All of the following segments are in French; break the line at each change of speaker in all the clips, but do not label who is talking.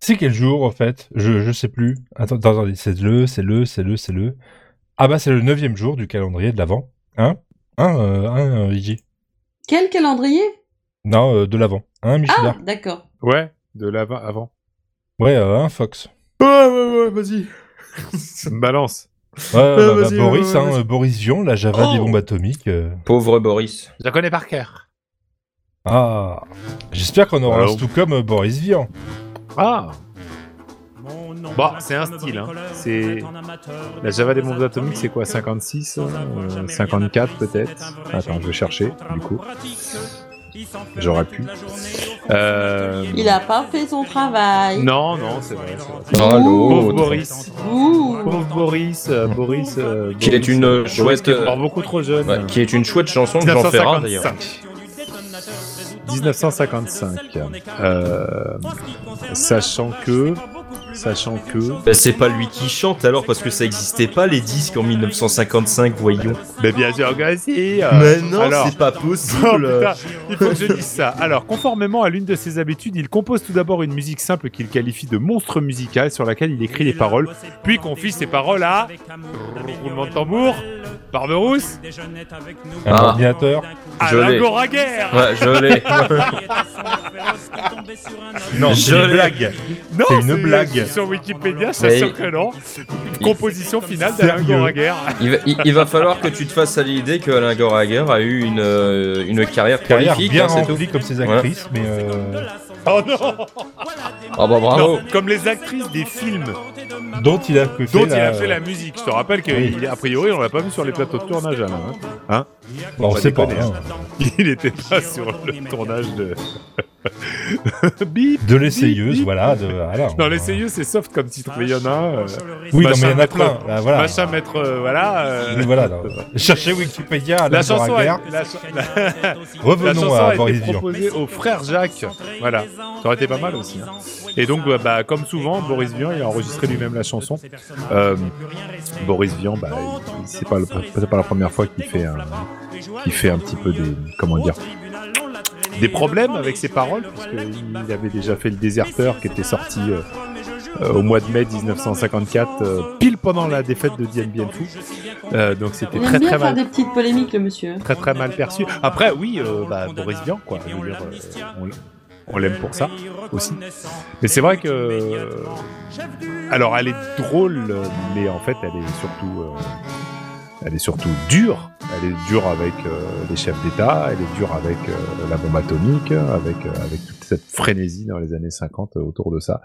C'est quel jour, en fait je, je sais plus. Attends, attends, attendez, c'est le, c'est le, c'est le, c'est le. Ah bah, c'est le neuvième jour du calendrier de l'Avent. Hein Hein, euh, hein, euh, Iggy
Quel calendrier
Non, euh, de l'Avent. Hein, Michel
Ah, d'accord.
Ouais, de l'avant. avant.
Ouais, euh, hein, Fox
Ouais, ouais, ouais, vas-y.
Balance.
Ouais, bah, bah,
vas-y,
Boris,
ouais, ouais,
hein,
vas-y.
euh, Boris Vian, la Java
Oh
des bombes atomiques. euh.
Pauvre Boris.
Je la connais par cœur.
Ah J'espère qu'on aura
Alors.
un tout comme euh, Boris Vian.
Ah Bah,
Bon, c'est un style. Hein. C'est
La Java des bombes atomiques, c'est quoi 56 euh, 54 peut-être Attends, je vais chercher, du coup. J'aurais pu. Euh,
Il a pas fait son travail.
Non, non, c'est vrai. c'est vrai.
Ah,
Pauvre
l'autre.
Boris.
Ouh.
Pauvre Boris. euh, Boris. euh,
Qu'il
Boris.
est une, euh,
Boris
chouette,
qui est mort
euh,
beaucoup trop jeune.
ouais, qui est une chouette chanson de Jean Ferrat, d'ailleurs.
1955. Euh, sachant que. Sachant que.
Euh, Bah, c'est pas lui qui chante alors parce que ça existait pas les disques en 1955, voyons.
Mais bien sûr que si, euh,
Mais non,
alors-
c'est pas
Oh,
possible.
putain, il faut que je dise ça. Alors, conformément à l'une de ses habitudes, il compose tout d'abord une musique simple qu'il qualifie de monstre musical sur laquelle il écrit les paroles, puis confie ses paroles à. Roulement de tambour, Barberousse,
Un
Ah.
ordinateur.
Alain
Joli.
Goraguer
Ouais, je l'ai.
Non,
je blague.
Non,
C'est une blague.
Sur Wikipédia,
Mais-
c'est sûr que non. Composition finale d'Alain
Sérieux.
Goraguer.
Il va, il- il va falloir que tu te fasses à l'idée que Alain Goraguer a eu une, euh, une carrière
Carrière
prolifique,
bien
hein, c'est tout.
remplie comme ses actrices, mais... euh,
Oh non
Ah bah bravo.
Non, Comme les actrices des films
Dont il a fait
dont il
la-
a fait la musique. Je te rappelle qu'a
Oui.
priori, on l'a pas vu sur les plateaux de tournage, Alain. hein.
Bon, on
pas
bah,
sait pas.
déconner.
hein.
Il n'était pas sur le tournage de. Bip
De l'essayeuse,
Bip.
voilà. De... voilà, on-
Non, l'essayeux, E, c'est soft comme titre, mais il y en a. euh,
Oui, non, mais
Machin
il y en a
maître-
plein. là, voilà.
Machin maître. euh, voilà. euh,
Mais voilà, non. Cherchez Wikipédia, Alain
La chanson,
Goraguer.
elle- la, cha- la- la
Revenons
chanson
à
a été
Boris Vian.
proposée au frère Jacques. Voilà. Ça aurait été pas mal aussi. hein. Et donc, bah, bah, comme souvent, Boris Vian, il a enregistré lui-même la chanson. Euh, Boris Vian, bah, il- c'est pas, le- c'est pas la première fois qu'il fait, un- qu'il fait un petit peu des. Comment dire Des problèmes avec ses paroles, puisqu'il avait déjà fait Le Déserteur qui était sorti euh, euh, au mois de mai 1954, euh, pile pendant la défaite de Dien Bien Phu. Euh, donc c'était
Il
très
aime bien
très
faire
mal
des petites polémiques, le monsieur.
très très mal perçu. Après, oui, euh, bah, Boris Vian, quoi. Je veux dire, euh, on l- on l'aime pour ça aussi. Mais c'est vrai que. euh, Alors, elle est drôle, euh, mais en fait, elle est surtout. euh, Elle est surtout dure. Elle est dure avec euh, les chefs d'État, elle est dure avec euh, la bombe atomique, avec, euh, avec toute cette frénésie dans les années 50 autour de ça.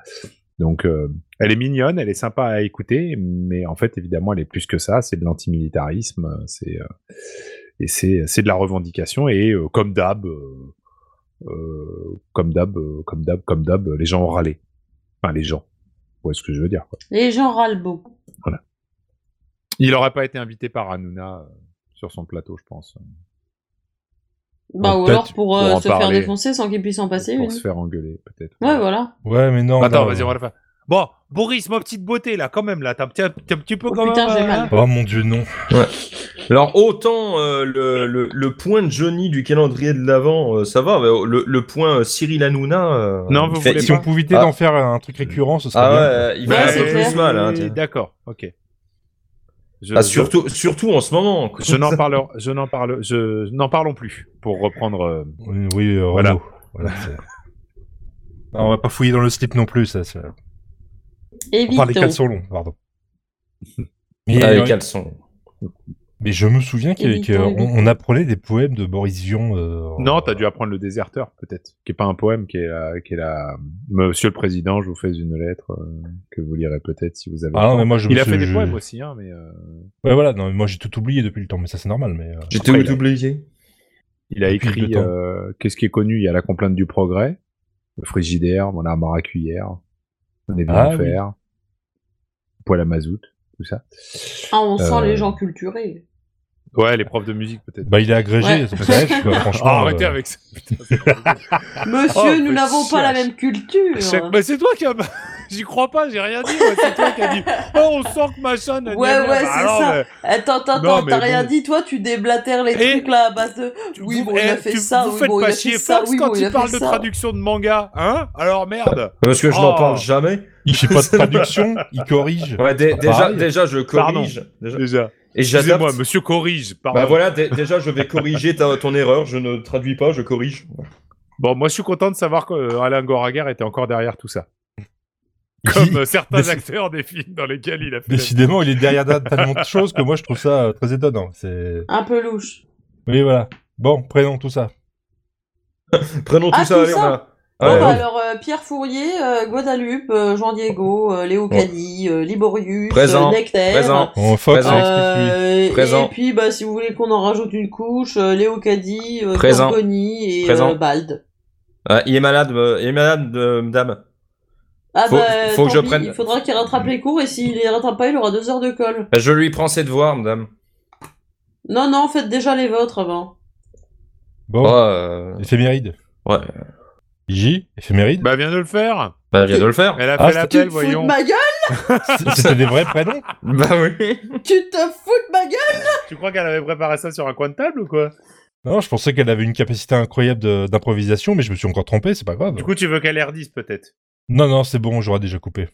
Donc, euh, elle est mignonne, elle est sympa à écouter, mais en fait, évidemment, elle est plus que ça. C'est de l'antimilitarisme, euh, c'est euh, et c'est c'est de la revendication. Et euh, comme d'hab, euh, euh, comme d'hab, euh, comme d'hab, comme d'hab, les gens ont râlé. Enfin, les gens. Vous voyez ce que je veux dire quoi.
Les gens râlent beaucoup.
Il n'aurait pas été invité par Hanouna euh, sur son plateau, je pense,
Bah,
Bon,
ou
peut-être
alors pour, euh,
pour en
se
parler.
faire défoncer sans qu'il puisse en passer
pour
une.
se faire engueuler, peut-être.
Bah, Ouais, voilà.
Ouais, mais non.
Attends,
non.
vas-y, on va le faire. Bon, Boris, ma petite beauté, là, quand même, là, t'as un petit- un petit peu
Oh,
quand même,
putain, j'ai
euh,
mal.
Oh mon dieu, non.
Alors autant euh, le, le, le point de Johnny du calendrier de l'avant, ça va, mais le, le point euh, Cyril Hanouna. euh,
Non,
il
vous
fait-
voulez
il-
Si on pouvait éviter
Ah.
d'en faire un truc récurrent, ce serait
Ah ouais,
bien.
euh, il va
Ouais,
un
c'est
peu
clair.
plus mal. Hein, t'sais.
D'accord, ok. Je-
Ah,
je-
surtout, surtout en ce moment. quoi.
Je n'en parle, je n'en parle, je je n'en parlons plus. Pour reprendre, euh,
Oui, oui, euh,
Voilà.
Renaud. Voilà, c'est- Ah, on va pas fouiller dans le slip non plus, ça. ça- On parle des
Évitons.
caleçons longs, pardon. Mais,
Ah, les
euh,
caleçons.
mais je me souviens qu'il-
Évitons,
qu'on
évitons.
on apprenait des poèmes de Boris Vian. euh,
non, t'as dû apprendre le déserteur, peut-être, qui est pas un poème, qui est la, qui est la, Monsieur le Président, je vous fais une lettre euh, que vous lirez peut-être si vous avez.
Ah
le
non,
temps.
mais moi je me
Il a
suis-
fait des
je-
poèmes aussi, hein, mais euh,
Ouais, voilà, non, mais moi j'ai tout oublié depuis le temps, mais ça c'est normal. Mais euh,
J'étais
Après, il a-
oublié.
il a
Depuis le
écrit.
temps.
euh, Qu'est-ce qui est connu Il y a la complainte du progrès, le frigidaire, mon armoire à cuillère, mon évier
Ah,
en fer, poêle à mazout, tout ça.
Ah, on sent
Euh,
les gens culturés.
Ouais, les profs de musique peut-être.
bah, il est agrégé,
Ouais.
son PH, quoi,
Ah,
franchement.
arrêtez
euh,
avec ça. putain, c'est pas possible.
Monsieur,
Oh,
nous n'avons pas la
chiasse.
même culture.
Chaque- Bah, c'est toi qui as. J'y crois pas, j'ai rien dit. moi, C'est toi qui as dit. Oh, on sent que machin. gna, gna,
Ouais,
gna.
ouais,
Bah
c'est
alors,
ça.
euh,
Attends, attends,
Non,
attends,
mais
t'as
bon.
rien dit, toi, tu déblatères les
Et-
trucs là à base de. Oui,
vous-
bon, il a
eh,
fait
tu-
ça,
Vous
oui,
faites
bon, il
pas
a fait
chier
ça,
Fox
oui,
quand
bon, il a
il
fait
parle de
ça.
traduction de manga, hein Alors merde.
Bah, Parce que je n'en
Oh.
parle jamais.
Il fait pas de traduction, il corrige.
Ouais, dé-
pas
déjà,
pareil.
déjà, je
Pardon.
corrige. Déjà.
Déjà.
Et j'adapte.
Excusez-moi, monsieur corrige. Pardon.
Bah voilà, dé- déjà, je vais corriger ta- ton erreur. Je ne traduis pas, je corrige.
Bon, moi, je suis content de savoir qu'Alain Goraguer était encore derrière tout ça.
Il-
Comme euh, certains
déci-
acteurs des films dans lesquels il a fait. la-
Décidément, il est derrière da- tellement de choses que moi je trouve ça euh, très étonnant. C'est
Un peu louche.
oui voilà. Bon prénom tout ça.
Prenons
Ah,
tout ça,
tout
allez, on
ça
va.
Bon,
Allez,
bah,
on-
alors, euh, Pierre Fourier, euh, Guadalupe, euh, Jean Diego, euh, Léo
Ouais.
Caddy, euh, Liborius,
Présent,
euh, Nectar.
présent.
Bon, Fox,
Présent.
explique-lui.
euh, et-
Présent.
Et puis, bah, si vous voulez qu'on en rajoute une couche, euh, Léo Caddy, euh,
Présent.
Corboni et
Présent.
euh, Bald.
Ah, il est malade, euh, il est malade, euh, madame.
Ah
Faut-
bah,
faut
tant
que je
pis,
prenne-
il faudra qu'il rattrape les cours et s'il les rattrape pas, il aura deux heures de colle.
Je lui prends ses devoirs, madame.
Non, non, faites déjà les vôtres avant.
Bon,
Oh, euh,
éphéméride.
Ouais,
J, éphéméride.
Bah, viens de le faire.
bah, elle vient de le faire.
Elle a
Ah,
fait
c'est-
Tu te
l'appel,
fous de
voyons.
ma gueule
C'est- C'était des vrais prénoms.
Bah oui.
Tu te fous de ma gueule
Tu crois qu'elle avait préparé ça sur un coin de table ou quoi
Non, je pensais qu'elle avait une capacité incroyable de- d'improvisation, mais je me suis encore trompé. C'est pas grave.
Du coup, tu veux qu'elle redise peut-être
Non non, c'est bon, j'aurais déjà coupé.